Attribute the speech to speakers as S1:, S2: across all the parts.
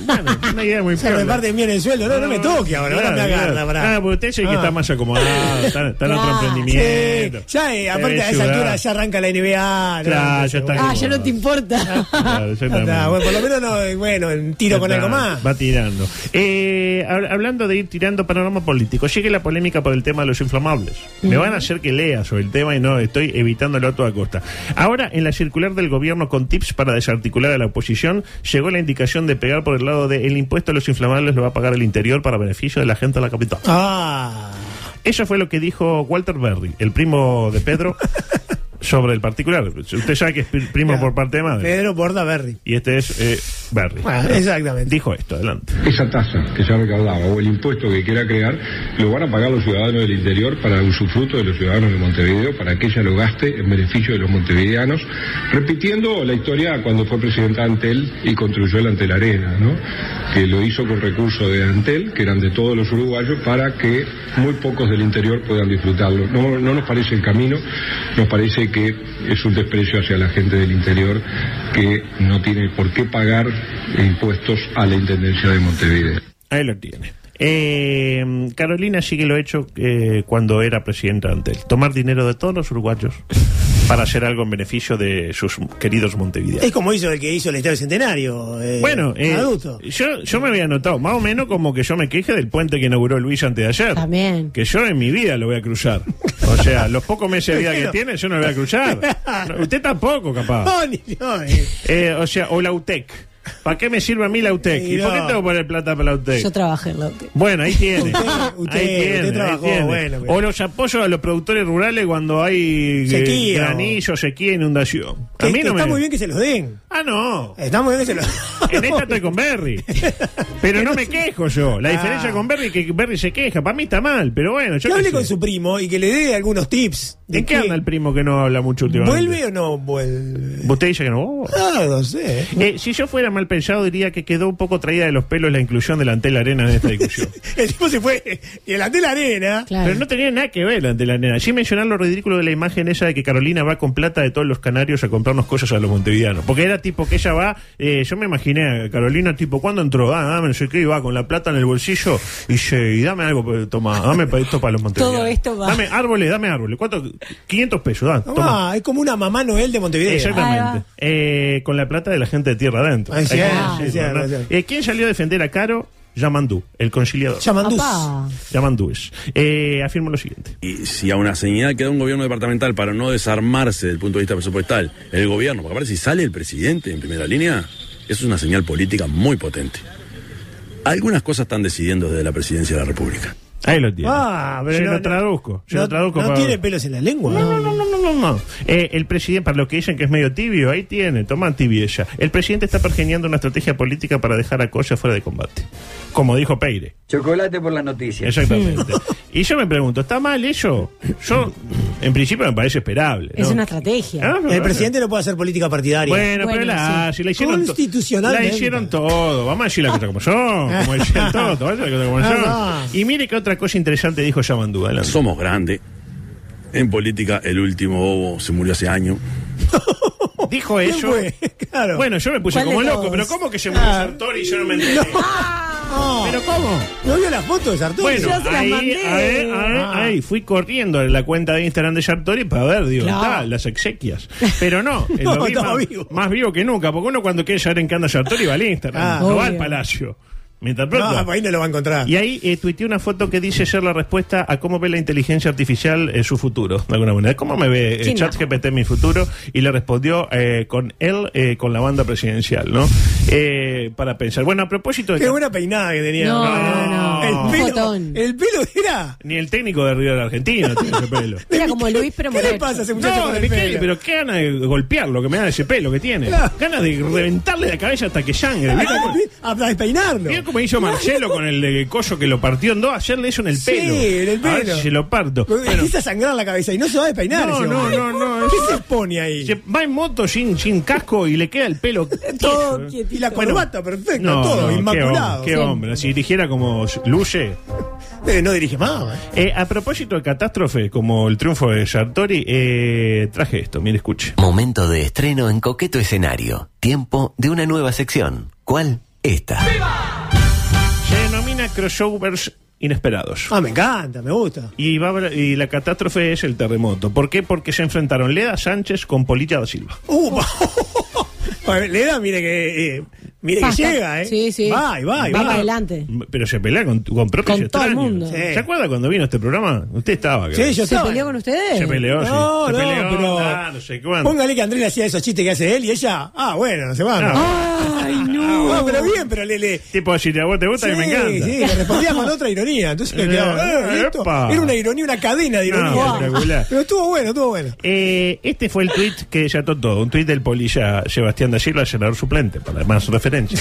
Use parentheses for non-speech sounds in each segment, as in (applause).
S1: Bueno, una idea
S2: (laughs)
S1: muy
S2: Se
S1: piola.
S2: reparten bien el sueldo. No, no me toque ahora.
S1: Claro,
S2: ahora me agarra,
S1: claro.
S2: pará.
S1: Ah, porque usted es el que
S2: Ah.
S1: está más acomodado. Está, está en otro
S3: Claro.
S1: emprendimiento.
S2: Sí, ya, eh, aparte
S1: Debe
S2: a esa altura
S1: ayudar.
S2: ya arranca la NBA. ¿no?
S1: Claro, ya está.
S3: Ah, ya no te (laughs) importa.
S1: Claro,
S2: (laughs) Ya
S1: exactamente.
S2: está, bueno, por lo menos no, eh, bueno, un tiro con
S1: Está-
S2: algo más.
S1: Va tirando. Eh, hab- hablando de ir tirando panorama político, sigue la polémica por el tema de los inflamables. Me van a hacer que lea sobre el tema y no estoy evitándolo a toda costa. Ahora, en la circular del gobierno con tips para desarticular a la oposición, llegó la indicación de pegar por el lado de el impuesto a los inflamables lo va a pagar el interior para beneficio de la gente de la capital.
S2: Ah,
S1: Eso fue lo que dijo Walter Berry, el primo
S2: (laughs)
S1: de Pedro, sobre el particular. Usted sabe que es pri- primo por parte de madre.
S2: Pedro Bordaberry.
S1: Y este es eh, Berry.
S2: Ah, exactamente.
S1: Dijo esto, adelante.
S4: Esa tasa que ya recaudaba o el impuesto que quiera crear lo van a pagar los ciudadanos del interior para usufructo de los ciudadanos de Montevideo, para que ella lo gaste en beneficio de los montevideanos, repitiendo la historia cuando fue presidenta de Antel y construyó el Antel Arena, ¿no? que lo hizo con recursos de Antel, que eran de todos los uruguayos, para que muy pocos del interior puedan disfrutarlo. No, no nos parece el camino, nos parece que es un desprecio hacia la gente del interior que no tiene por qué pagar impuestos a la Intendencia de Montevideo.
S1: Ahí lo tiene. Eh, Carolina sí que lo ha hecho eh, cuando era presidenta ante él. Tomar dinero de todos los uruguayos para hacer algo en beneficio de sus queridos montevideanos.
S2: Es como hizo el que hizo el Estadio Centenario. eh,
S1: Bueno, eh,
S2: adulto.
S1: yo, yo me había notado, más o menos como que yo me queje del puente que inauguró Luis antes de ayer.
S3: También.
S1: Que yo en mi vida lo voy a cruzar. O sea, los pocos meses de vida que
S2: Pero-
S1: tiene, yo no lo voy
S2: (laughs)
S1: a cruzar. No, usted tampoco, capaz.
S2: No, ni- no, eh.
S1: Eh, o sea, o la UTEC. ¿Para qué me sirve a mí la UTEC? ¿Y por qué
S2: Mirá.
S1: tengo que poner plata para la UTEC?
S3: Yo trabajé en la UTE.
S1: Bueno, ahí tiene.
S2: Usted- usted-
S1: ahí tiene,
S2: usted
S1: ahí
S2: trabajó,
S1: tiene.
S2: bueno, pero-
S1: O los apoyos a los productores rurales cuando hay eh,
S2: Sequía,
S1: granillo, sequía, inundación. A
S2: Que-
S1: mí
S2: que
S1: no
S2: está
S1: me.
S2: muy bien que se los den.
S1: Ah, no.
S2: Está muy bien que se
S1: (laughs)
S2: los (laughs)
S1: En esta estoy con Berry. Pero no me quejo yo. La
S2: Ah.
S1: diferencia con Berry es que Berry se queja. Para mí está mal, pero bueno. Yo
S2: Que
S1: qué
S2: hable
S1: sé.
S2: con su primo y que le dé algunos tips.
S1: ¿En qué anda el primo que no habla mucho últimamente?
S2: ¿Vuelve o no vuelve?
S1: ¿Usted dice que no?
S2: (laughs)
S1: Oh.
S2: Ah, no sé.
S1: Eh, si yo fuera mal pensado, diría que quedó un poco traída de los pelos la inclusión del Antel Arena en esta discusión.
S2: El tipo se fue y el de la arena.
S3: Claro.
S1: Pero no tenía nada que ver el Antel Arena. Sí mencionar lo ridículo de la imagen esa de que Carolina va con plata de todos los canarios a comprarnos cosas a los montevideanos. Porque era tipo que ella va, eh, yo me imaginé a Carolina, tipo, ¿cuándo entró? Ah, dame, no sé qué, y va con la plata en el bolsillo y dice, y dame algo, eh, toma, dame pa- esto para los montevideanos.
S3: esto va.
S1: Dame árboles, dame árboles. ¿Cuánto? 500 pesos, da,
S2: Mamá,
S1: toma.
S2: es como una mamá Noel de Montevideo.
S3: Ahí
S1: Exactamente.
S3: va.
S1: Eh, con la plata de la gente de tierra adentro.
S2: Ahí sí,
S1: Hay que
S2: ah,
S1: decirlo,
S2: sí,
S1: ¿no?
S2: ahí sí.
S1: Eh, ¿Quién salió a defender a Caro? Yamandú, el conciliador.
S2: Llamandús.
S3: Apá.
S1: Yamandúes. Eh, afirmo lo siguiente.
S5: Y si a una señal queda un gobierno departamental para no desarmarse desde el punto de vista presupuestal, el gobierno, porque aparte si sale el presidente en primera línea, eso es una señal política muy potente. Algunas cosas están decidiendo desde la presidencia de la República.
S1: Ahí lo tiene.
S2: Ah, pero
S1: yo
S2: no-
S1: lo traduzco. Yo
S2: no,
S1: lo traduzco
S2: no
S1: para-
S2: tiene pelos en la lengua.
S1: No, no, no, no, no, no. Eh, el presidente, para los que dicen que es medio tibio, ahí tiene, toma tibieza. El presidente está pergeñando una estrategia política para dejar a Coya fuera de combate. Como dijo Peire.
S6: Chocolate por la noticia.
S1: Exactamente. y yo me pregunto, ¿está mal eso? Yo, en principio, me parece esperable.
S3: Es
S1: ¿no?
S3: una estrategia.
S1: Ah,
S2: El
S1: bueno.
S2: presidente no puede hacer política partidaria.
S1: Bueno, pero
S3: Bueno,
S1: la,
S3: sí.
S1: si la hicieron to-
S2: Constitucionalmente.
S1: La hicieron todo. Vamos a decir la cosa como son. Como decía el Toto, vamos a decir la cosa como son.
S2: Ah,
S1: Y mire que otra cosa interesante dijo Yamandú. adelante.
S5: Somos grandes. En política, el último bobo se murió hace años.
S1: (laughs) Dijo
S2: ¿Quién
S1: eso.
S2: fue? Claro.
S1: Bueno, yo me puse
S3: ¿Cuál de
S1: como loco,
S3: todos?
S1: pero ¿cómo que se murió
S2: Ah.
S1: Sartori y yo no me enteré?
S2: No,
S1: ¿Pero cómo?
S2: ¿No vio las fotos de Sartori?
S1: Bueno,
S3: yo se las
S1: ahí,
S3: mandé.
S1: ahí, ahí,
S2: Ah.
S1: ahí, fui corriendo en la cuenta de Instagram de Sartori para ver, digo,
S3: Claro.
S1: está, las exequias.
S2: (laughs)
S1: Pero no, eh, lo
S2: No,
S1: vi
S2: estaba
S1: más,
S2: vivo.
S1: más vivo que nunca, porque uno cuando quiere saber en qué anda Sartori va al Instagram,
S2: Ah.
S1: no va al
S3: Obvio.
S1: palacio. Mientras
S2: no,
S1: tanto,
S2: ahí no lo va a encontrar.
S1: Y ahí eh, tuiteé una foto que dice ser la respuesta a cómo ve la inteligencia artificial en su futuro, de alguna manera. ¿Cómo me ve eh,
S3: Sí, no.
S1: ChatGPT en mi futuro? Y le respondió eh, con él, eh, con la banda presidencial, ¿no? Eh, para pensar. Bueno, a propósito de...
S2: Qué
S1: que-
S2: buena peinada que tenía.
S3: No, no, no.
S2: El
S3: Un
S2: pelo,
S3: fotón.
S2: el pelo era.
S1: Ni el técnico de River Argentina tiene ese pelo.
S3: Era como Luis, pero
S2: ¿Qué le
S3: morecho.
S2: pasa a ese muchacho
S1: No,
S2: con
S1: de
S2: (laughs) el
S1: Michele,
S2: pelo?
S1: pero qué ganas de golpearlo que me da ese pelo que tiene.
S2: Claro. Ah,
S1: Ganas de reventarle la cabeza hasta que sangre. Mira cómo-
S2: A despeinarlo.
S1: Mira cómo hizo Marcelo con el de collo que lo partió en dos. Ayer le hizo en el pelo.
S2: Sí, en el
S1: A ver
S2: pelo.
S1: si se lo parto. Bueno,
S2: Empieza a sangrar la cabeza y no se va a despeinar.
S1: No,
S2: ese
S1: no,
S2: hombre.
S1: no, no,
S2: ¿Qué
S1: es-
S2: se pone ahí?
S1: se va en moto sin, sin casco y le queda el
S2: (laughs)
S1: pelo. (laughs)
S3: Todo
S1: tieso, ¿eh?
S3: quietito.
S2: Y la corbata perfecta,
S1: No,
S2: todo,
S1: no, qué
S2: inmaculado.
S1: hombre, Qué hombre, si dirigiera como luce.
S2: Eh, no dirige más. eh.
S1: Eh, a propósito de catástrofe, como el triunfo de Sartori, eh, traje esto, mire, escuche.
S7: Momento de estreno en coqueto escenario. Tiempo de una nueva sección. ¿Cuál? Esta.
S1: Se denomina crossovers inesperados.
S2: Ah, me encanta, me gusta.
S1: Y, va a haber- y la catástrofe es el terremoto. ¿Por qué? Porque se enfrentaron Leda Sánchez con Polilla da Silva.
S2: Uh, (laughs) pa- le da, mire que, eh, mire que
S3: Pasa.
S2: llega, ¿eh?
S3: Sí, sí.
S2: Va, y va, y
S3: Va
S2: va.
S3: para adelante.
S1: Pero se pelea con, con propios
S3: Con todo el
S1: extraños.
S3: mundo.
S2: Sí.
S1: ¿Se acuerda cuando vino este programa? Usted estaba, creo.
S2: Sí, yo
S3: ¿Se
S2: estaba-
S3: peleó con ustedes?
S1: Se peleó, sí.
S2: No,
S1: Se
S2: no,
S1: peleó,
S2: pero.
S1: ah, no sé cuánto.
S2: Póngale que Andrés le hacía esos chistes que hace él y ella. Ah, bueno, no se va.
S1: Ah,
S2: ¿no?
S3: Ay, no.
S2: Ah, pero bien, pero le. le
S1: Tipo, si te- a vos te gusta, y me
S2: Sí,
S1: encanta.
S2: sí, le respondía con otra ironía. Entonces me quedaba,
S1: Eh,
S2: eh, esto
S1: epa.
S2: Era una ironía, una cadena de
S1: No,
S2: ironía.
S1: espectacular.
S2: pero estuvo bueno, estuvo bueno.
S1: Eh, este fue el tuit que desató todo, un tuit del polilla Sebastián da Silva, senador suplente, para más referencia.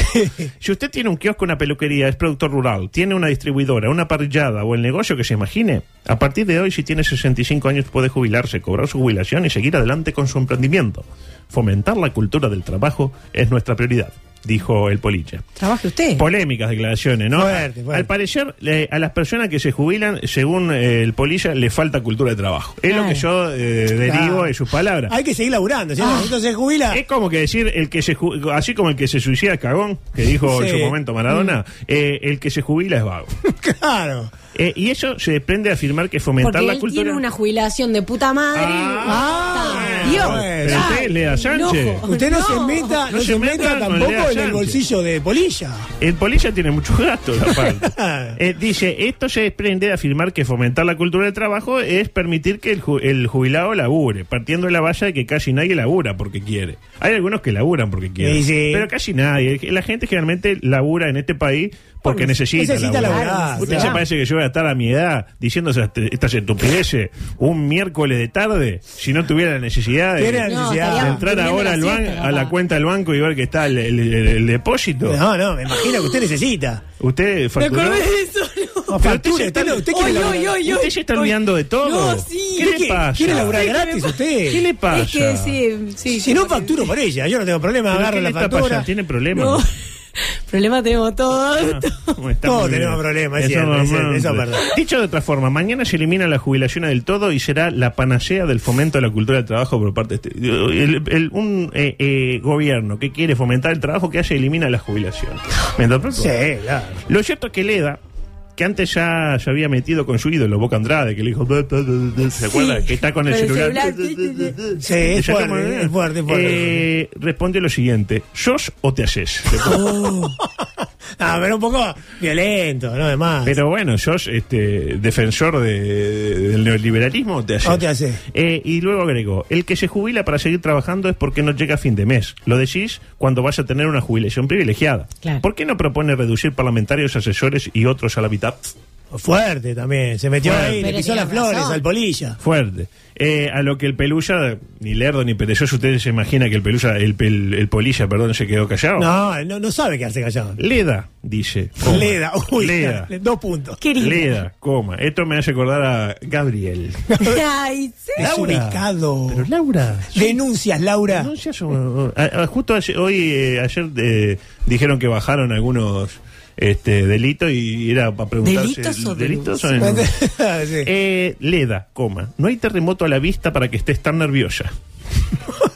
S1: si usted tiene un kiosco, una peluquería, es productor rural, tiene una distribuidora, una parrillada o el negocio que se imagine, a partir de hoy, si tiene 65 años, puede jubilarse, cobrar su jubilación y seguir adelante con su emprendimiento. Fomentar la cultura del trabajo es nuestra prioridad, dijo el polilla.
S3: Trabaje usted.
S1: Polémicas declaraciones, ¿no?
S2: Eh. Fuerte, fuerte.
S1: Al parecer, le- a las personas que se jubilan, según eh, el Polilla, le falta cultura de trabajo. Es lo
S3: Claro.
S1: que yo eh, derivo
S2: Claro.
S1: de sus palabras.
S2: Hay que seguir laburando, ¿sí? Entonces se jubila.
S1: Es como que decir, el que se ju- así como el que se suicida es cagón, que dijo en
S2: Sí. Mm.
S1: su momento Maradona, eh, el que se jubila es vago.
S2: Claro.
S1: Eh, y eso se desprende de afirmar que fomentar
S3: Porque
S1: la
S3: él
S1: cultura...
S3: tiene una jubilación de puta madre.
S1: Ah,
S3: Basta.
S2: bueno,
S3: Dios.
S2: pero
S3: Ay,
S1: usted, Lea
S3: qué
S1: Sánchez.
S3: enojo.
S2: Usted no, se meta, no, se meta
S1: con Lea
S2: tampoco en el
S1: Sánchez.
S2: bolsillo de polilla.
S1: El polilla tiene muchos gastos,
S2: (laughs)
S1: aparte. Eh, dice, esto se desprende de afirmar que fomentar la cultura del trabajo es permitir que el, ju- el jubilado labure, partiendo de la base de que casi nadie labura porque quiere. Hay algunos que laburan porque quieren,
S2: Sí, sí.
S1: pero casi nadie. La gente generalmente labura en este país porque
S2: Porque
S1: necesita,
S2: necesita
S1: laburar.
S2: laburar,
S1: ¿Usted
S2: claro.
S1: se parece que yo voy a estar a mi edad diciendo esas- estas estupideces un miércoles de tarde si no tuviera la necesidad de,
S2: Tiene la
S3: No,
S2: necesidad.
S1: de
S3: estaría-
S1: entrar
S3: durmiendo
S1: ahora
S3: la
S1: al ban-
S3: siesta,
S1: a la
S3: capaz.
S1: cuenta del banco y ver que está el, el- el- el depósito?
S2: No, no, me imagino que usted necesita.
S1: ¿Usted
S3: ¿Me
S1: facturó?
S3: acordé de eso? No.
S2: No,
S1: Pero
S2: facture,
S1: usted,
S2: usted
S1: ya
S2: no- usted
S1: está-
S2: quiere
S1: usted
S2: laburar-
S1: ya se está olvidando de todo.
S2: No, sí.
S1: ¿Qué le
S2: ¿Quiere-
S1: pasa?
S2: quiere laburar gratis usted?
S1: ¿Qué le pasa?
S3: Es que sí, sí.
S2: Si no facturo por ella, yo no tengo problema,
S1: ¿Pero
S2: agarro
S1: qué le
S2: la
S1: está pasando?
S2: factura.
S1: ¿Tiene problemas? Ah,
S3: No. (laughs) Problema tenemos todos.
S1: (laughs) Bueno, está
S2: Todos
S1: muy bien.
S2: tenemos problemas, es cierto, es cierto, eso es verdad.
S1: Dicho de otra forma, mañana se elimina la jubilación del todo y será la panacea del fomento de la cultura del trabajo por parte de este- el- el- un eh, eh, gobierno que quiere fomentar el trabajo que hace elimina la jubilación. ¿Me entendés?
S2: Sí, claro.
S1: Lo cierto es que Leda, que antes ya se había metido con su ídolo, Boca Andrade, que le dijo. "Da, da, da, da", ¿Se acuerda? Que está con el
S3: Con el
S1: celular.
S3: celular,
S1: "Da, da, da, da".
S2: Sí, es
S1: Ya
S2: fuerte,
S1: como-
S2: es fuerte, es fuerte.
S1: Eh, responde lo siguiente: ¿sos o
S2: (laughs)
S1: te haces? Le puso.
S2: Ah, pero un poco violento, no demás.
S1: Pero bueno, sos este, defensor de- del neoliberalismo, te haces.
S2: No te haces.
S1: Eh, y luego agregó, el que se jubila para seguir trabajando es porque no llega a fin de mes. Lo decís cuando vas a tener una jubilación privilegiada.
S3: Claro.
S1: ¿Por qué no propone reducir parlamentarios, asesores y otros a la mitad?
S2: Fuerte también, se metió
S1: Fuerte.
S2: ahí, le
S3: Pero
S2: pisó
S3: tenía
S2: las flores
S3: razón.
S2: al polilla.
S1: Fuerte. Eh, a lo que el Pelusa, ni lerdo ni perezoso, ustedes se imaginan que el Pelusa, el, pel- el Polilla, perdón, se quedó callado.
S2: No, no, no sabe quedarse callado.
S1: Leda, dice. coma.
S2: Leda, uy, (laughs)
S1: Leda.
S2: dos puntos.
S3: Qué lindo.
S1: Leda, coma. Esto me hace acordar a Gabriel.
S2: Ah.
S3: (laughs) Ay, sí.
S2: Desubicado.
S1: Pero Laura,
S2: Denuncias, Laura.
S1: No seas un- a- a- justo ayer- hoy, eh, ayer eh, dijeron que bajaron algunos este, delitos y era para preguntarse.
S3: ¿Delitos o
S1: ¿delitos
S2: (laughs)
S1: o
S2: denuncias?
S1: denuncias?
S2: Sí.
S1: Eh, Leda, coma. No hay terremoto a la vista para que estés tan nerviosa.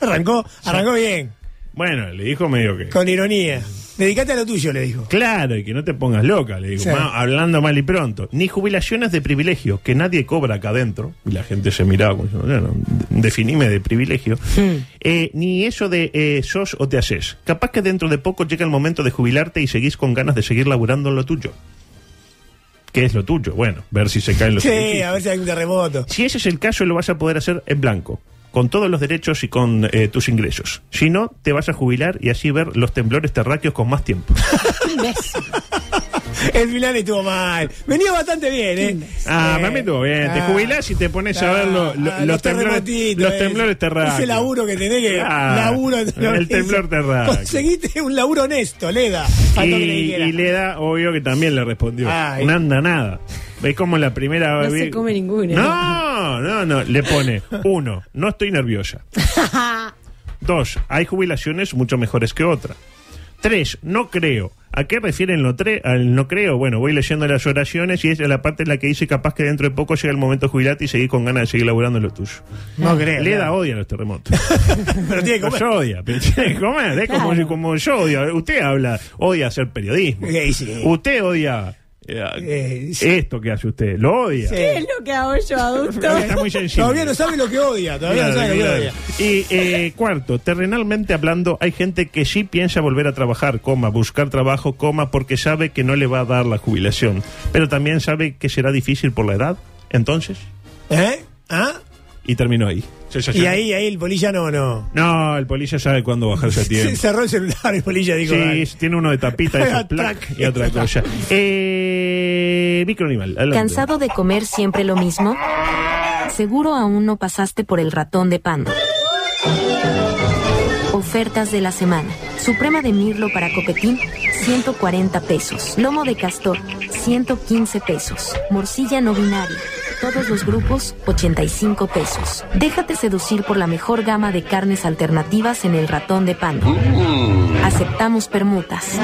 S2: arrancó, arrancó bien,
S1: Bueno, le dijo medio que.
S2: con ironía. Dedicate a lo tuyo, le dijo.
S1: Claro, y que no te pongas loca, le digo,
S2: Sí.
S1: ma- hablando mal y pronto. Ni jubilaciones de privilegio, que nadie cobra acá adentro. Y la gente se miraba como diciendo, bueno, de- definime de privilegio.
S2: Hmm.
S1: Eh, ni eso de eh, sos o te haces. Capaz que dentro de poco llega el momento de jubilarte y seguís con ganas de seguir laburando en lo tuyo. ¿Qué es lo tuyo? Bueno, ver si se caen los
S2: Sí,
S1: edificios.
S2: a ver si hay un terremoto.
S1: Si ese es el caso, lo vas a poder hacer en blanco, con todos los derechos y con eh, tus ingresos. Si no, te vas a jubilar y así ver los temblores terráqueos con más tiempo.
S3: Imbécil.
S2: El final estuvo mal. Venía bastante bien, ¿eh?
S1: Ah,
S2: Sí.
S1: mami, estuvo bien. Te
S2: Ah.
S1: jubilás y te (laughs) pones a ver lo- lo-
S2: Ah,
S1: los, temblores,
S2: terremotitos,
S1: los
S2: eh.
S1: temblores terráqueos.
S2: Ese laburo que tenés que.
S1: Ah,
S2: laburo,
S1: el temblor terráqueo.
S2: Conseguiste un laburo honesto, Leda.
S1: Y,
S2: Faltó que le dijera.
S1: y Leda, obvio que también le respondió.
S2: Ay.
S1: Una andanada. ¿Ves como la primera
S3: No se
S1: vi-
S3: come ninguna.
S1: No, no, no. Le pone, uno, no estoy nerviosa. Dos, hay jubilaciones mucho mejores que otra. Tres, no creo. ¿A qué refieren lo tre- al no creo? Bueno, voy leyendo las oraciones y es la parte en la que dice capaz que dentro de poco llega el momento de jubilarte y seguir con ganas de seguir laburando en lo tuyo.
S2: no creo.
S1: Leda odia los terremotos.
S2: Pero tiene que
S1: Pues
S2: comer.
S1: odia, pero tiene que comer, es como,
S3: Claro.
S1: como yo odio. Usted habla, odia hacer periodismo.
S2: Sí, sí.
S1: Usted odia eh,
S2: Eh, sí.
S1: esto que hace usted, lo odia.
S2: Sí.
S3: ¿Qué (laughs) es lo que hago yo, adulto?
S1: Está muy sensible.
S2: Todavía no sabe lo que odia. Todavía
S1: Claro,
S2: no sabe lo
S1: claro.
S2: que odia.
S1: Y eh, cuarto, terrenalmente hablando, hay gente que sí piensa volver a trabajar, coma, buscar trabajo, coma, porque sabe que no le va a dar la jubilación, pero también sabe que será difícil por la edad, entonces,
S2: ¿Eh? ¿Ah?
S1: y terminó ahí. Se
S2: Y
S1: salló.
S2: ahí, ahí el polilla no, no.
S1: No, el policía sabe cuándo
S2: (laughs)
S1: bajarse a tiempo.
S2: Se cerró el celular, el polilla dijo.
S1: Sí,
S2: dale.
S1: tiene uno de tapita esos
S2: Atrac.
S1: plac, y otra cosa. Eh, microanimal. adelante.
S8: ¿Cansado de comer siempre lo mismo? Seguro aún no pasaste por el ratón de panda. Ofertas de la semana. Suprema de mirlo para copetín, 140 pesos. Lomo de castor, 115 pesos. Morcilla no binaria. Todos los grupos, 85 pesos. Déjate seducir por la mejor gama de carnes alternativas en el ratón de panda. Aceptamos permutas.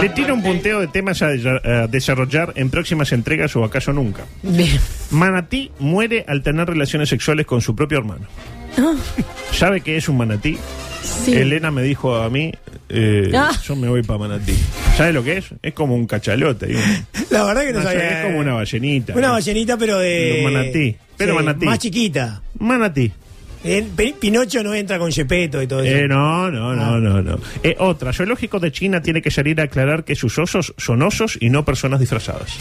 S1: Le tiro un punteo de temas a desa- a desarrollar en próximas entregas o acaso nunca.
S3: Bien.
S1: Manatí muere al tener relaciones sexuales con su propio hermano. ¿Sabe qué es un manatí?
S3: Ah. Sí.
S2: e-
S1: Elena me dijo a mí, eh,
S3: Ah.
S1: yo me voy para manatí. ¿Sabe lo que es? Es como un cachalote. y
S3: (laughs)
S1: un-
S2: La verdad que no,
S1: No,
S2: sabía.
S1: es como una ballenita.
S2: Una ballenita, pero de.
S1: Un manatí. Pero manatí.
S2: Más chiquita.
S1: Manatí.
S2: El Pi- Pinocho no entra con Chepeto y todo eso.
S1: Eh, no, no, no,
S2: Ah.
S1: no, no. Eh, otra, zoológico de China tiene que salir a aclarar que sus osos
S2: (laughs)
S1: son osos y no personas disfrazadas.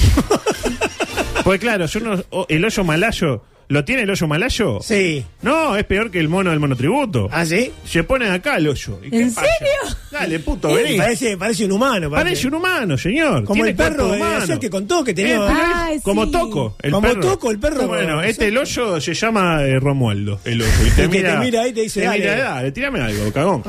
S1: pues claro, son unos- o- el oso malayo ¿Lo tiene el hoyo malayo? Sí. No, es peor que el mono del monotributo. ¿Ah, sí? Se ponen acá el hoyo. ¿Y qué
S2: ¿En
S1: pasa?
S2: serio?
S1: Dale, puto,
S2: Eh,
S1: vení.
S2: Parece, parece un humano.
S1: Parece un humano, señor.
S2: Como
S1: Tiene
S2: el perro
S1: cuerpo
S2: de
S1: humano.
S2: ayer que contó que tenía. Ah,
S1: Eh, pero es como Toco, el
S2: como
S1: perro.
S2: Toco, el perro.
S1: Bueno, este el hoyo se llama eh, Romualdo, el hoyo. Y
S2: El
S1: te
S2: que
S1: mira,
S2: te mira ahí y te dice,
S1: te mira,
S2: dale.
S1: dale, tirame algo, cagón.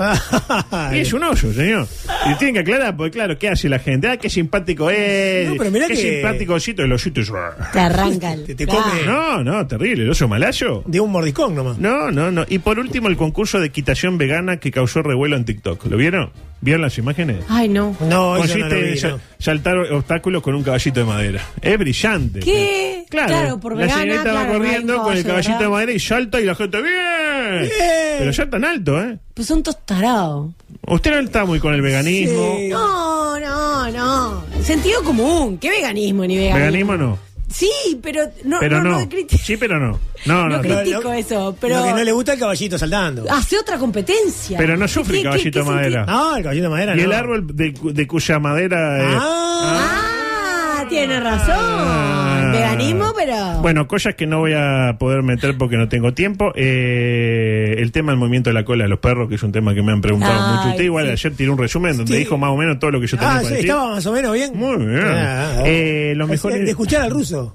S1: y es un hoyo, señor. Y tienen que aclarar, porque claro, ¿qué hace la gente? Ah, qué simpático es.
S2: No, pero mirá
S1: qué
S2: que- Ah.
S1: simpático osito, el hoyito es...
S3: Te arrancan.
S2: Te come.
S1: No, no, terrible. El oso malayo. De un mordiscón nomás. No, no, no. Y por último, el concurso de equitación vegana que causó revuelo en TikTok. ¿Lo vieron? ¿Vieron las imágenes?
S3: Ay, no.
S2: Ah, No, eso
S1: Consiste
S2: no lo
S1: en
S2: vi,
S1: sa-
S2: no.
S1: saltar obstáculos con un caballito de madera. Es brillante.
S3: ¿Qué?
S1: Claro,
S3: por
S1: la
S3: vegana.
S1: señorita
S3: claro,
S1: va
S3: no hay
S1: corriendo con el
S3: coso,
S1: caballito de
S3: ¿verdad?
S1: madera y salta y la gente ¡bien! Pero ya tan alto, ¿eh?
S3: Pues son tostarados.
S1: Usted no está muy con el veganismo.
S3: No, no, no. Sentido común. ¿Qué veganismo ni veganismo?
S1: Veganismo no.
S3: Sí, pero no,
S1: (laughs) pero no.
S3: no, no critico,
S1: sí, pero no. No, no.
S3: no
S1: no.
S3: critico eso. Pero Ah.
S2: Lo que no le gusta el caballito saltando.
S3: hace otra competencia.
S1: Pero no sufre
S3: ¿Qué-
S1: el
S3: qué-
S1: caballito
S3: qué
S1: de madera.
S3: senti-
S2: No, el caballito de madera
S1: Y
S2: no.
S1: el árbol de, cu- de cuya madera es.
S3: Ah, tiene razón. Veganismo,
S2: Ah.
S3: pero.
S1: Bueno, cosas que no voy a poder meter porque no tengo tiempo. Eh, el tema del movimiento de la cola de los perros, que es un tema que me han preguntado
S2: Ay,
S1: mucho. Usted igual
S2: sí.
S1: ayer tiró un resumen donde
S2: Sí.
S1: dijo más o menos todo lo que yo tenía
S2: Ah,
S1: para
S2: sí,
S1: decir.
S2: estaba más o menos bien.
S1: Muy bien.
S2: Ah, ah,
S1: Eh, lo
S2: Es
S1: mejor
S2: de
S1: es-
S2: escuchar al ruso.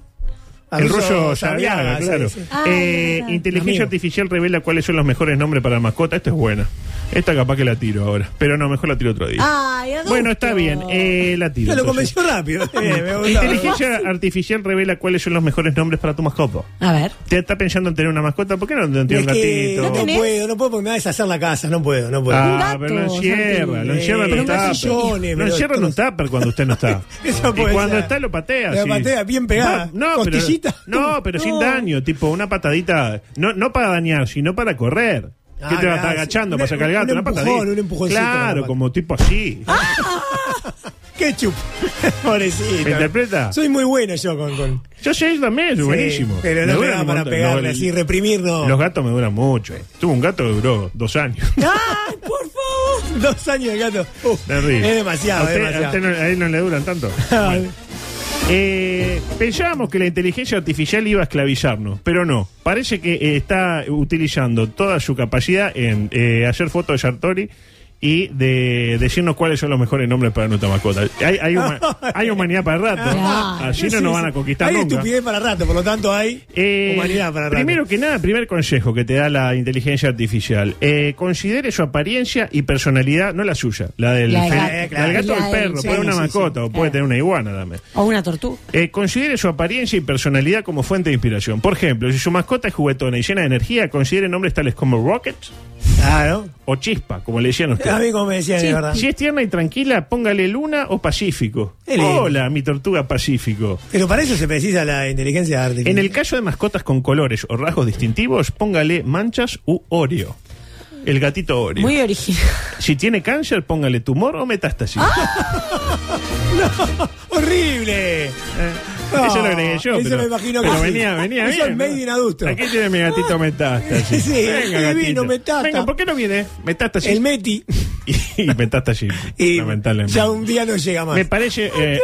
S2: Al
S1: El
S2: Sabiaga,
S1: rollo Sabiaga,
S2: sí,
S1: claro.
S3: Ah.
S2: sí.
S1: Eh, inteligencia
S2: Amigo.
S1: artificial revela cuáles son los mejores nombres para mascota. Esta es buena. Esta capaz que la tiro ahora. Pero no, mejor la tiro otro día.
S3: Ay, adulto.
S1: Bueno, está bien. Eh, la tiro.
S2: No, Ah, lo
S1: entonces.
S2: convenció rápido. (laughs) Eh, me gustaba.
S1: Inteligencia artificial revela cuáles son los mejores nombres para tu mascota.
S3: A ver.
S1: ¿Te está pensando en tener una mascota? ¿Por qué no en tener
S2: Es
S1: un
S2: que
S1: gatito?
S2: no, puedo, no puedo porque me va a deshacer la casa, no puedo, no puedo.
S1: Ah, pero lo encierra, lo encierra en
S2: pero
S1: un
S2: unos sillones,
S1: tupper. Lo
S2: pero
S1: encierra en un tupper cuando usted no está.
S2: (laughs) Eso
S1: y
S2: puede
S1: cuando
S2: ser.
S1: está lo patea.
S2: Lo
S1: sí.
S2: patea bien pegada.
S1: No, no, pero,
S2: ¿Costillita? (laughs)
S1: no, pero sin
S2: No.
S1: daño, tipo una patadita. No, no para dañar, sino para correr. ¿Qué
S2: Ah,
S1: te va a estar
S2: claro,
S1: agachando
S2: sí.
S1: para sacar el
S2: Un-
S1: gato?
S2: un
S1: una
S2: empujón,
S1: patadita.
S2: un empujoncito Ah, con
S1: Claro,
S2: la
S1: como tipo así.
S2: Ketchup. (laughs) Pobrecito.
S1: ¿Me interpreta?
S2: Soy muy bueno yo con. con...
S1: Yo sé también, es
S2: Sí,
S1: buenísimo.
S2: pero
S1: Me
S2: no me
S1: duran
S2: da
S1: un
S2: para
S1: montón.
S2: pegarle
S1: No,
S2: así,
S1: el-
S2: reprimir, no.
S1: Los gatos me duran mucho. eh. Tuve un gato que duró dos años.
S2: (laughs) ¡Ay, por favor! (laughs) Dos años de gato. Uf, (laughs)
S1: Terrible.
S2: Es demasiado,
S1: Uh, A usted-
S2: es demasiado.
S1: a usted no- a él no le
S2: (laughs)
S1: duran tanto. Bueno. Eh, pensábamos que la inteligencia artificial iba a esclavizarnos, pero no. Parece que eh, está utilizando toda su capacidad en eh, hacer fotos de Sartori y de decirnos cuáles son los mejores nombres para nuestra mascota. Hay,
S2: (laughs)
S1: hay, huma- hay humanidad para rato. Así no
S2: Ah, Sí,
S1: nos van
S2: sí.
S1: a conquistar
S2: Hay
S1: nunca.
S2: estupidez para rato, por lo tanto hay
S1: Eh,
S2: humanidad para rato.
S1: Primero que nada, primer consejo que te da la inteligencia artificial. Eh, considere su apariencia y personalidad, no la suya, la del,
S3: La del
S1: fel-
S3: gato.
S1: la del
S3: Claro.
S1: gato o
S3: La
S1: el
S3: del-
S1: perro,
S3: sí,
S1: puede una
S3: sí,
S1: mascota o puede tener una iguana también.
S3: O una tortuga.
S1: Eh, considere su apariencia y personalidad como fuente de inspiración. Por ejemplo, si su mascota es juguetona y llena de energía, considere nombres tales como Rocket
S2: Claro.
S1: o Chispa, como le decían ustedes.
S2: A mí como me decían,
S1: Sí,
S2: de verdad.
S1: Si es tierna y tranquila, póngale Luna o Pacífico.
S2: Qué lindo.
S1: Hola, mi tortuga Pacífico.
S2: Pero para eso se precisa la inteligencia artificial. (laughs)
S1: En el caso de mascotas con colores o rasgos distintivos, póngale manchas u Oreo. El gatito Oreo.
S3: Muy original.
S1: Si tiene cáncer, póngale tumor o metástasis.
S2: Ah. ¡Horrible! No,
S1: Eh, eso lo agregué yo.
S2: Ah, Eso
S1: pero,
S2: me imagino que
S1: pero
S2: sí.
S1: venía, venía
S2: Eso
S1: bien,
S2: es
S1: ¿no?
S2: made in adulto. Ah.
S1: Aquí tiene mi gatito metástasis.
S2: Sí,
S1: Venga,
S2: divino,
S1: gatito.
S2: metástasis.
S1: Venga, ¿por qué no viene? Metástasis.
S2: El Meti
S1: y metástasis,
S2: (laughs)
S1: lamentablemente.
S2: ya un día no llega más.
S1: Me parece. eh,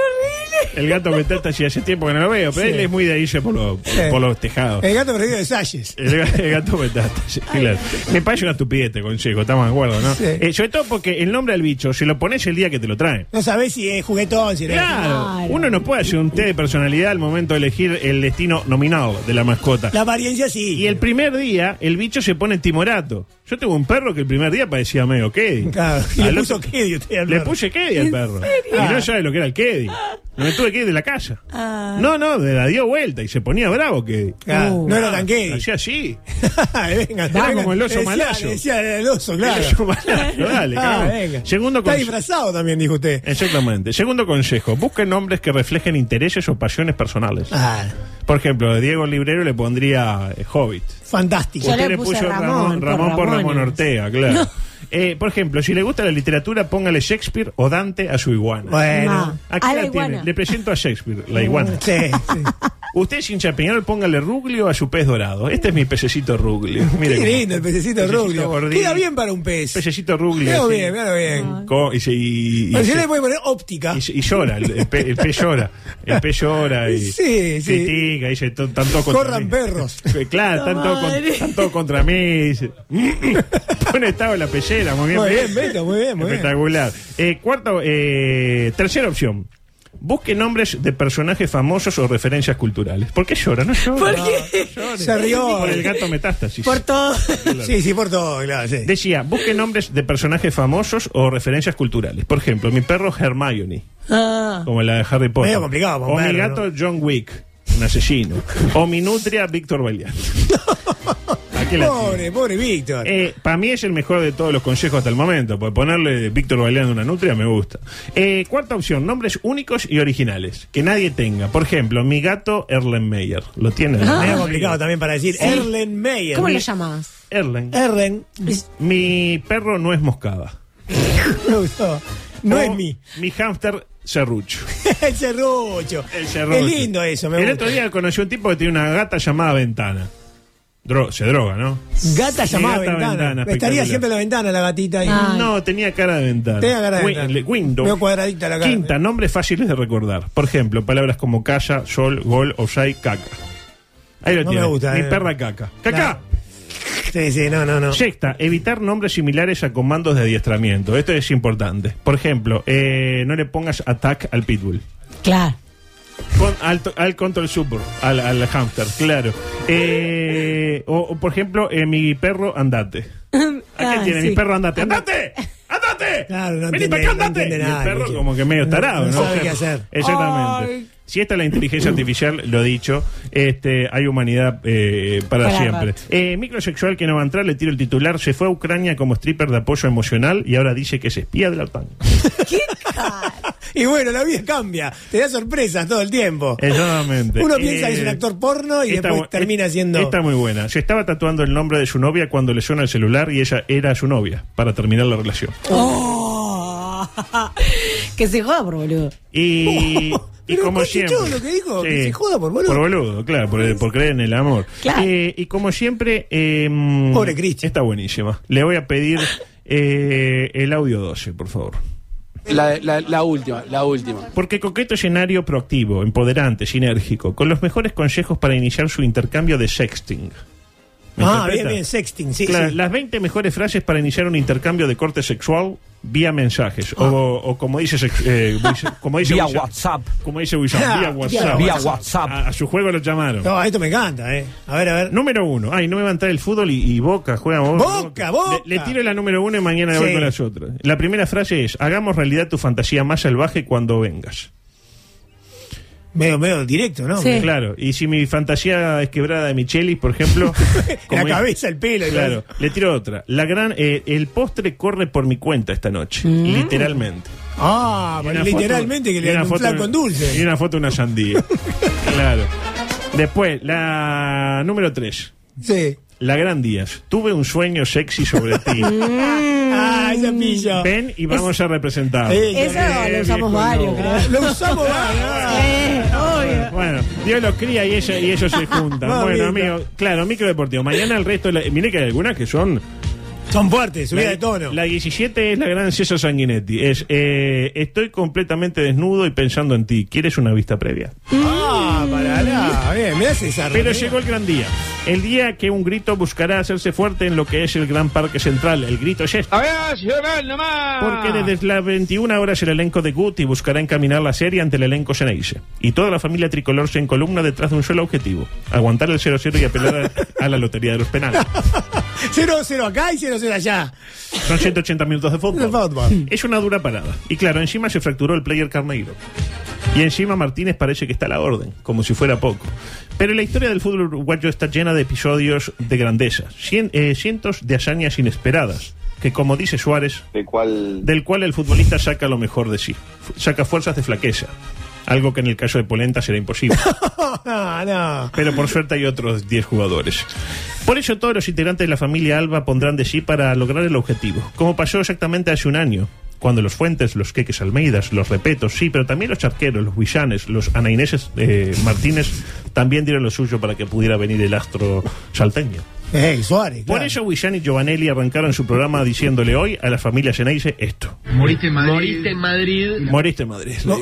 S1: el gato metástasis hace tiempo que no lo veo, pero
S2: Sí.
S1: él es muy de irse por, los- por-
S2: Sí.
S1: por los tejados.
S2: El gato perdido de Salles.
S1: El, ga- el gato (laughs) metástasis, claro. Me parece una estupidez este consejo, estamos de acuerdo, ¿no?
S2: Sí.
S1: Eh, sobre todo porque el nombre al bicho, si lo pones el día que te lo traen.
S2: No sabés si es juguetón, si no es-
S1: Claro, uno no puede hacer un té de personalidad al momento de elegir el destino nominado de la mascota.
S2: La apariencia sí.
S1: Y el primer día, el bicho se pone timorato. Yo tengo un perro que el primer día parecía medio Keddy.
S2: Claro, y le
S1: Al
S2: puso
S1: otro-
S2: Keddy usted al
S1: Le
S2: perro. (laughs)
S1: puse Keddy al
S2: ¿En
S1: perro.
S2: serio?
S1: Y no sabe lo que era el Keddy. Me tuve que ir de la casa. No, no, le la dio vuelta y se ponía bravo Keddy.
S2: Ah. Claro, no era tan Keddy.
S1: Hacía así.
S2: Eh, venga,
S1: Era
S2: venga.
S1: como el oso
S2: Decía-
S1: malayo.
S2: decía el oso, claro.
S1: El oso malayo,
S2: (laughs)
S1: dale,
S2: Ah,
S1: claro.
S2: venga.
S1: Segundo Eh.
S2: Está
S1: conse-
S2: disfrazado también, dijo usted.
S1: Exactamente. Segundo consejo, busquen nombres que reflejen intereses o pasiones personales.
S2: Ah,
S1: Por ejemplo, a Diego el Librero le pondría eh, Hobbit.
S2: fantástico.
S1: Usted le puso Ramón, Ramón, por Ramón Ortega, claro. Eh, por ejemplo, si le gusta la literatura, póngale Shakespeare o Dante a su iguana.
S2: Bueno.
S3: Ma,
S1: Aquí
S3: a
S1: la
S3: la
S1: tiene. (laughs)
S3: iguana.
S1: Le presento a Shakespeare, la iguana.
S2: Sí, sí.
S1: Usted es hincha de Peñarol, póngale ruglio a su pez dorado. Este es mi pececito ruglio. Mire
S2: Qué
S1: cómo-
S2: lindo el pececito ruglio.
S1: gordito.
S2: Queda bien para un pez.
S1: Pececito ruglio.
S2: Míralo
S1: sí.
S2: bien, míralo bien.
S1: Co- Y, se- y- y-
S2: Así
S1: se-
S2: le puede poner óptica.
S1: y se- y llora, el, el pe- el pez llora. El pez llora y
S2: (laughs) Sí, sí.
S1: critica. Y dice, "Tan- tanto contra
S2: Corran
S1: mí".
S2: perros.
S1: (laughs)
S2: La
S1: Claro, tanto, con-
S2: madre.
S1: tanto contra mí. dice. (laughs) Pone estado en la pellera, muy bien.
S2: Muy bien, Beto, muy bien, muy bien.
S1: Espectacular. Eh, cuarta, eh, tercera opción. Busque nombres de personajes famosos o referencias culturales. ¿Por qué llora? No llora.
S2: ¿Por
S1: No,
S2: qué?
S1: no llora.
S2: Se rió.
S1: Por el gato metástasis.
S2: Por todo. (laughs)
S1: Claro.
S2: Sí, sí, por todo, claro, sí.
S1: Este. Decía, busque nombres de personajes famosos o referencias culturales. Por ejemplo, mi perro Hermione,
S2: Ah.
S1: como la de Harry Potter.
S2: Medio complicado,
S1: o mi
S2: bomberro,
S1: gato John Wick, un asesino. o mi nutria
S2: (laughs)
S1: Víctor Belial. Aquí la tiene.
S2: Pobre, pobre Víctor.
S1: para mí es el mejor de todos los consejos hasta el momento. Porque ponerle Víctor Baleando una nutria me gusta. Eh, cuarta opción, nombres únicos y originales. Que nadie tenga. Por ejemplo, mi gato Erlenmeyer. ¿Lo tiene?
S2: Ah. Medio
S1: Erlenmeyer?
S2: complicado también para decir. Erlen Meyer.
S3: ¿Cómo
S2: Mi-
S3: lo llamabas?
S1: Erlen.
S2: Erlen.
S1: Mi perro no es moscada.
S2: Me gustó. No
S1: O
S2: es mí.
S1: Mi hámster serrucho.
S2: (laughs) El serrucho.
S1: El serrucho.
S2: Es lindo eso, me
S1: El
S2: gusta.
S1: otro día conocí a un tipo que tiene una gata llamada Ventana. Dro- se droga, ¿no?
S2: Gata
S1: Sí,
S2: llamada
S1: gata
S2: ventana.
S1: ventana,
S2: Estaría
S1: espectacular.
S2: siempre en la ventana la gatita ahí.
S3: Ah. Ay.
S1: No, tenía cara de ventana.
S2: Tenía cara de
S1: Win-
S2: ventana.
S1: le- Window.
S2: Medio cuadradita la cara.
S1: Quinta, nombres fáciles de recordar. Por ejemplo, palabras como calla, sol, gol, offside, caca. Ahí lo
S2: No me
S1: tiene.
S2: gusta,
S1: Mi
S2: eh.
S1: perra caca. ¡Caca!
S2: Sí, sí, no, no, no.
S1: Sexta, evitar nombres similares a comandos de adiestramiento. Esto es importante. Por ejemplo, eh, no le pongas attack al pitbull.
S3: Claro.
S1: Con- al, to- al control super, al, al hamster, claro. Eh, o, o, por ejemplo, eh, mi perro andate. ¿A qué
S3: Ah,
S1: tiene?
S3: sí.
S1: Mi perro andate. ¡Andate! ¡Andate!
S2: Claro, no
S1: ¡Vení
S2: entiende-
S1: para acá,
S2: no
S1: andate!
S2: entiende
S1: Y
S2: nada,
S1: el perro
S2: Lucho.
S1: como que medio
S2: No-
S1: tarado, ¿no?
S2: no sabe qué hacer.
S1: Exactamente.
S3: Ay.
S1: Si esta es la inteligencia artificial, lo dicho, este, hay humanidad eh, para,
S3: Para
S1: siempre.
S3: rato.
S1: Eh, microsexual que no va a entrar, le tiro el titular, se fue a Ucrania como stripper de apoyo emocional y ahora dice que es espía de la OTAN.
S2: (laughs) Y bueno, la vida cambia. Te da sorpresas todo el tiempo.
S1: Exactamente.
S2: Uno piensa que es
S1: Eh,
S2: un actor porno y
S1: esta
S2: después
S1: bu-
S2: termina
S1: es-
S2: siendo.
S1: Está muy buena. Se estaba tatuando el nombre de su novia cuando le suena el celular y ella era su novia para terminar la relación.
S3: Oh. (laughs) que se joda por boludo.
S1: Y, y
S2: (laughs) Pero
S1: como
S2: qué
S1: siempre.
S2: chichón lo que dijo, que se joda por boludo.
S1: Por boludo, claro, por, por creer en el amor.
S3: Claro.
S1: Eh, y como siempre. eh, mm,
S2: Pobre Cristian.
S1: Está buenísima. Le voy a pedir eh, el audio 12, por favor.
S9: La, la- la última, la última.
S1: Porque Coqueto escenario proactivo, empoderante, sinérgico, con los mejores consejos para iniciar su intercambio de sexting. ¿Me
S2: ah,
S1: interpreta?
S2: bien, bien, sexting. Sí,
S1: Claro,
S2: sí.
S1: Las 20 mejores frases para iniciar un intercambio de corte sexual vía mensajes. O, o como dice, sex- eh, Wilson- como dice
S6: Vía
S1: Wilson-
S6: WhatsApp.
S1: Como dice Wilson,
S2: Ah,
S1: vía
S2: vía
S1: WhatsApp.
S6: Vía WhatsApp.
S1: A, a su juego lo llamaron.
S2: No, esto me encanta, ¿eh? A ver, a ver.
S1: Número uno. Ay, no me va a entrar el fútbol y, y Boca juega Boca.
S2: Boca, Boca.
S1: Le, le tiro la número uno y mañana voy
S2: Sí.
S1: con las otras. La primera frase es: hagamos realidad tu fantasía más salvaje cuando vengas.
S2: Medio, medio directo, ¿no?
S3: Sí.
S1: Claro. Y si mi fantasía es quebrada de Michelis, por ejemplo. como
S2: La
S1: es-
S2: cabeza, el pelo. y
S1: (laughs) Claro,
S2: todo.
S1: le tiro otra. La gran, eh, el postre corre por mi cuenta esta noche, literalmente.
S2: Ah,
S1: Mm. Y una
S2: literalmente que
S1: foto- y
S2: le
S1: una
S2: dan un
S1: foto-
S2: flaco en
S1: Y
S2: dulce.
S1: una foto de una sandía. (laughs) claro. Después, la número 3.
S2: Sí.
S1: La gran Díaz. Tuve un sueño sexy sobre (laughs) ti.
S2: Ah, esa pilla.
S1: Ven y vamos a representar.
S2: Sí.
S3: Eso lo
S1: Eh,
S3: usamos
S1: viejo,
S3: varios,
S1: no.
S3: creo.
S2: Ah, Lo usamos,
S1: (laughs)
S2: va,
S3: Eh, obvio.
S1: Bueno, Dios los cría y, ella- y ellos se (laughs) juntan. bueno,
S2: Mamita.
S1: amigo, claro, microdeportivo. Mañana el resto, de la- mire que hay algunas que son
S2: va. Son fuertes, subida
S1: La-
S2: de tono.
S1: La 17 es la gran César Sanguinetti. Es, eh, estoy completamente desnudo y pensando en ti. ¿Quieres una vista previa?
S2: Ah, para la. Bien, mirá ese desarrollo.
S1: Pero llegó el gran día. El día que un grito buscará hacerse fuerte en lo que es el Gran Parque Central. El grito es
S2: Ah.
S1: este. Porque desde las 21 horas el elenco de Guti buscará encaminar la serie ante el elenco Ceneice. Y toda la familia tricolor se encolumna detrás de un solo objetivo. Aguantar el 0-0 y apelar a, a la lotería de los penales.
S2: 0-0 acá y 0-0 allá. (laughs)
S1: Son 180 minutos de
S2: De
S1: fútbol.
S2: fútbol.
S1: Es una dura parada. Y claro, encima se fracturó el player Carneiro. Y encima Martínez parece que está a la orden, como si fuera poco. Pero la historia del fútbol uruguayo está llena de episodios de grandeza, cien- eh, cientos de hazañas inesperadas, que como dice Suárez,
S10: de cuál
S1: del cual el futbolista saca lo mejor de sí, Fu- saca fuerzas de flaqueza, algo que en el caso de Polenta será imposible.
S2: No, no.
S1: Pero por suerte hay otros 10 jugadores. Por eso todos los integrantes de la familia Alba pondrán de sí para lograr el objetivo, como pasó exactamente hace un año, cuando los Fuentes, los Queques Almeidas, los Repetos, sí, pero también los Charqueros, los Villanes, los Anaineses eh, Martínez también dieron lo suyo para que pudiera venir el astro salteño.
S2: Ey, Suárez.
S1: Por eso Wissani y Giovanelli arrancaron su programa diciéndole hoy a la familia Geneise esto.
S2: Moriste en Madrid. Moriste
S1: en Madrid. Moriste en Madrid.
S2: No,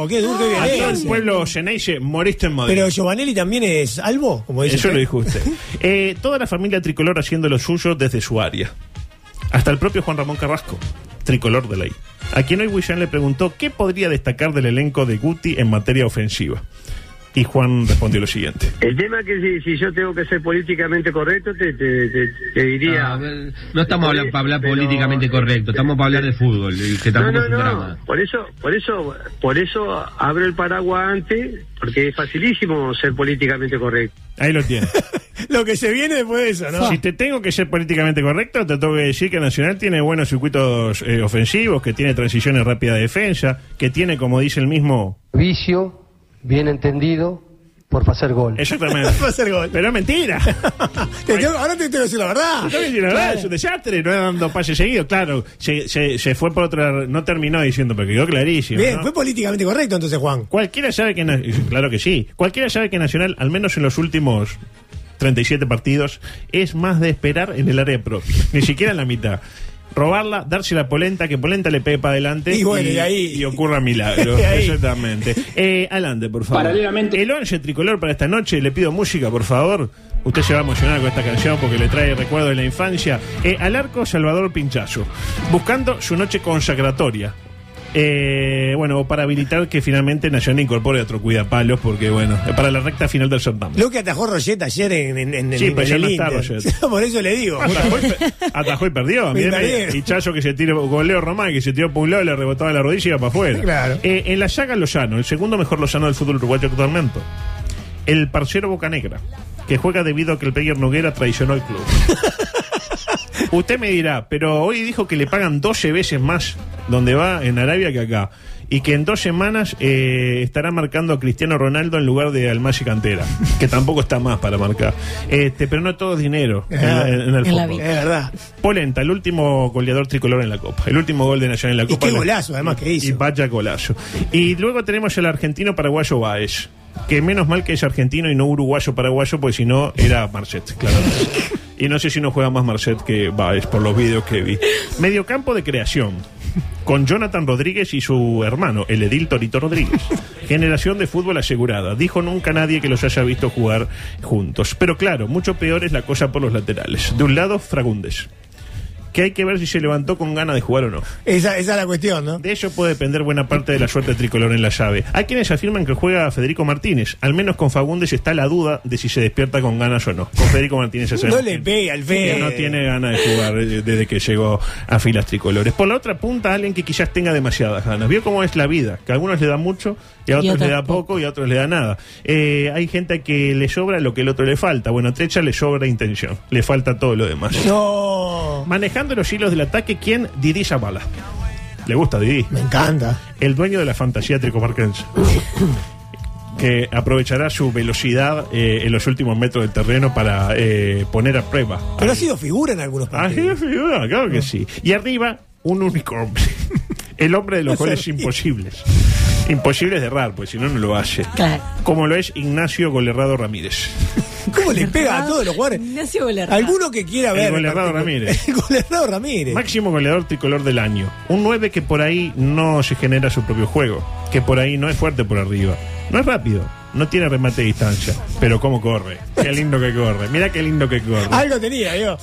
S2: no, qué duro, qué
S1: A todo Ah, el
S2: violencia.
S1: pueblo Geneise, moriste en Madrid.
S2: Pero Giovanelli también es albo, como dice.
S1: Eso
S2: usted.
S1: lo dijo usted. Eh, toda la familia tricolor haciendo lo suyo desde su área. Hasta el propio Juan Ramón Carrasco, tricolor de ley. A quien hoy Willian le preguntó qué podría destacar del elenco de Guti en materia ofensiva. Y Juan respondió lo siguiente.
S10: El tema es que si, si yo tengo que ser políticamente correcto, te, te, te- te diría... este,
S11: Ah, No estamos hablando para hablar políticamente correcto, estamos para hablar de fútbol, y que
S10: No, este, no,
S11: tampoco es un
S10: no.
S11: drama.
S10: Por eso, por eso, por eso abro el paraguas antes, porque es facilísimo ser políticamente correcto.
S1: Ahí lo tiene.
S2: (laughs) Lo que se viene después de eso, ¿no? (laughs)
S1: Si te tengo que ser políticamente correcto, te tengo que decir que Nacional tiene buenos circuitos eh, ofensivos, que tiene transiciones rápidas de defensa, que tiene, como dice el mismo,
S12: Vicio, bien entendido, por hacer gol.
S2: (laughs)
S1: Exactamente. Pero es mentira.
S2: Te tengo- ahora te tengo que decir la verdad.
S1: Te tengo que decir la verdad,
S2: Claro.
S1: es un desastre, no eran dos pases seguidos, claro. Se, se, se fue por otra. No terminó diciendo, pero quedó clarísimo.
S2: Bien,
S1: ¿no?
S2: fue políticamente correcto entonces, Juan.
S1: Cualquiera sabe que. na- Claro que sí. Cualquiera sabe que Nacional, al menos en los últimos. 37 partidos, es más de esperar en el área propia, ni siquiera en la mitad. Robarla, darse la polenta, que polenta le pegue para adelante
S2: Y bueno, y ahí-
S1: y ocurra
S2: (laughs)
S1: milagro.
S2: Y ahí-
S1: Exactamente. Eh, adelante, por favor.
S2: Paralelamente-
S1: El 11 tricolor para esta noche, le pido música, por favor. Usted se va a emocionar con esta canción porque le trae recuerdos de la infancia. Eh, al arco, Salvador Pinchazo, buscando su noche consacratoria. Eh, bueno, para habilitar que finalmente Nacional incorpore otro cuidapalos, porque bueno, eh, para la recta final del certamen.
S2: Lo que atajó Roget ayer en, en, en-
S1: Sí,
S2: en-
S1: pero
S2: en
S1: ya
S2: el
S1: no está
S2: Inter. (laughs)
S1: Roget.
S2: Por eso le digo.
S1: Atajó y, pe- atajó y perdió.
S2: Y
S1: Mirá,
S2: perdió.
S1: Y Chacho que se tiró, con Leo Román que se tiró por un lado, le rebotaba la rodilla y iba para afuera. Eh, en la saga Lozano, el segundo mejor Lozano del fútbol uruguayo actualmente. El parcero Boca Negra, que juega debido a que el player Noguera traicionó al club. Usted me dirá, pero hoy dijo que le pagan 12 veces más donde va en Arabia que acá. Y que en dos semanas eh, estará marcando a Cristiano Ronaldo en lugar de Almasi Cantera, que tampoco está más para marcar. Este, pero no todo es dinero en, la- en- en el
S2: En la
S1: fútbol.
S2: vida. Es verdad.
S1: Polenta, el último goleador tricolor en la Copa. El último gol de Nacional en la
S2: Y
S1: Copa.
S2: qué golazo, además, que hizo.
S1: Y vaya golazo. Y luego tenemos el argentino paraguayo Baez. Que menos mal que es argentino y no uruguayo paraguayo, porque si no era Marchet, claramente. Y no sé si no juega más Marcet que Baez por los vídeos que vi. Mediocampo de creación. Con Jonathan Rodríguez y su hermano, el Edil Torito Rodríguez. Generación de fútbol asegurada. Dijo nunca nadie que los haya visto jugar juntos. Pero claro, mucho peor es la cosa por los laterales. De un lado, Fragundes. Que hay que ver si se levantó con ganas de jugar o no.
S2: Esa, esa es la cuestión, ¿no?
S1: De ello puede depender buena parte de la suerte tricolor en la llave. Hay quienes afirman que juega Federico Martínez. Al menos con Fagundes está la duda de si se despierta con ganas o no. Con Federico Martínez es
S2: No le pega al Fede.
S1: No tiene ganas de jugar eh, desde que llegó a filas tricolores. Por la otra punta, alguien que quizás tenga demasiadas ganas. Vio cómo es la vida, que a algunos le da mucho y a otros
S13: otros
S1: le da poco y a otros le da nada. Eh, hay gente que le sobra lo que el otro le falta. Bueno, a Trecha le sobra intención. Le falta todo lo demás.
S2: No.
S1: Manejando los hilos del ataque, ¿quién? Didi Zabala. Le gusta Didi.
S2: Me encanta.
S1: El dueño de la fantasía tricomarquense. que aprovechará su velocidad eh, en los últimos metros del terreno para eh, poner a prueba.
S2: Pero ha sido figura en algunos
S1: Ah, sí,
S2: partidos.
S1: sí, ah, claro que sí. Y arriba, un único hombre. (laughs) El hombre de los
S2: No se
S1: goles imposibles. Imposibles de errar, pues si no, no lo hace. Como lo es Ignacio Golerrado Ramírez.
S2: ¿Cómo le pega a todos los jugadores? Alguno que quiera
S1: El
S2: ver.
S1: goleador
S2: (laughs)
S1: Ramírez.
S2: El goleador Ramírez.
S1: Eh, Máximo goleador tricolor del año. Un 9 que por ahí no se genera su propio juego. Que por ahí no es fuerte por arriba. No es rápido. No tiene remate de distancia. Pero cómo corre. Qué lindo que corre. Mira qué lindo que corre.
S2: Algo tenía yo.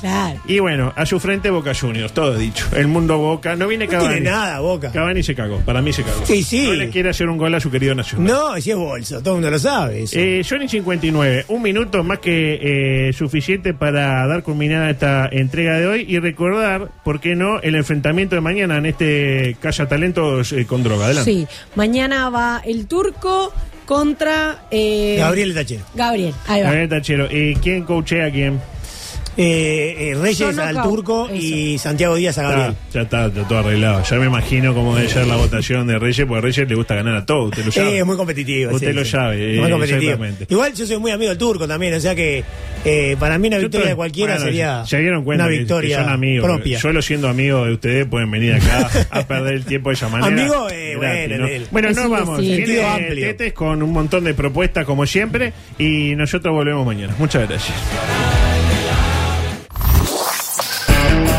S1: Y bueno, a su frente Boca Juniors, todo dicho. El mundo Boca, no viene
S2: No
S1: Cavani.
S2: tiene nada, Boca.
S1: Cavani se cagó, para mí se cagó.
S2: Sí, sí.
S1: No le quiere hacer un gol a su querido Nacional.
S2: No, si es bolso, todo el mundo lo sabe. eso.
S1: Eh, Johnny 59, un minuto más que eh, suficiente para dar culminada esta entrega de hoy y recordar, ¿por qué no?, el enfrentamiento de mañana en este Calla Talentos eh, con droga. Adelante.
S3: Sí, mañana va el turco contra eh,
S1: Gabriel Tachero.
S3: Gabriel, ahí va.
S1: Gabriel Tachero. Eh, ¿Quién coachea a quién?
S2: eh, eh, Reyes al turco y Santiago Díaz a Gabriel.
S1: Está, Ah, ya está, está todo arreglado. Ya me imagino cómo debe ser la votación de Reyes, porque a Reyes le gusta ganar a todo. Usted lo sabe.
S2: Eh, es muy competitivo.
S1: Usted
S2: sí,
S1: lo
S2: sí.
S1: sabe.
S2: Es muy
S1: eh,
S2: competitivo.
S1: exactamente.
S2: Igual yo soy muy amigo del turco también, o sea que eh, para mí una
S1: Yo
S2: victoria
S1: estoy-
S2: de cualquiera
S1: bueno,
S2: sería
S1: se dieron cuenta
S2: una
S1: que- que
S2: victoria
S1: son amigos.
S2: propia.
S1: Solo siendo amigos de ustedes pueden venir acá a perder el tiempo de esa manera.
S2: Amigo, eh,
S1: Gratis,
S2: bueno,
S1: ¿no?
S2: en el-
S1: Bueno,
S2: Es
S1: nos vamos.
S2: imbécil.
S1: Viene
S2: Sentido amplio.
S1: Tetes con un montón de propuestas como siempre y nosotros volvemos mañana. Muchas gracias.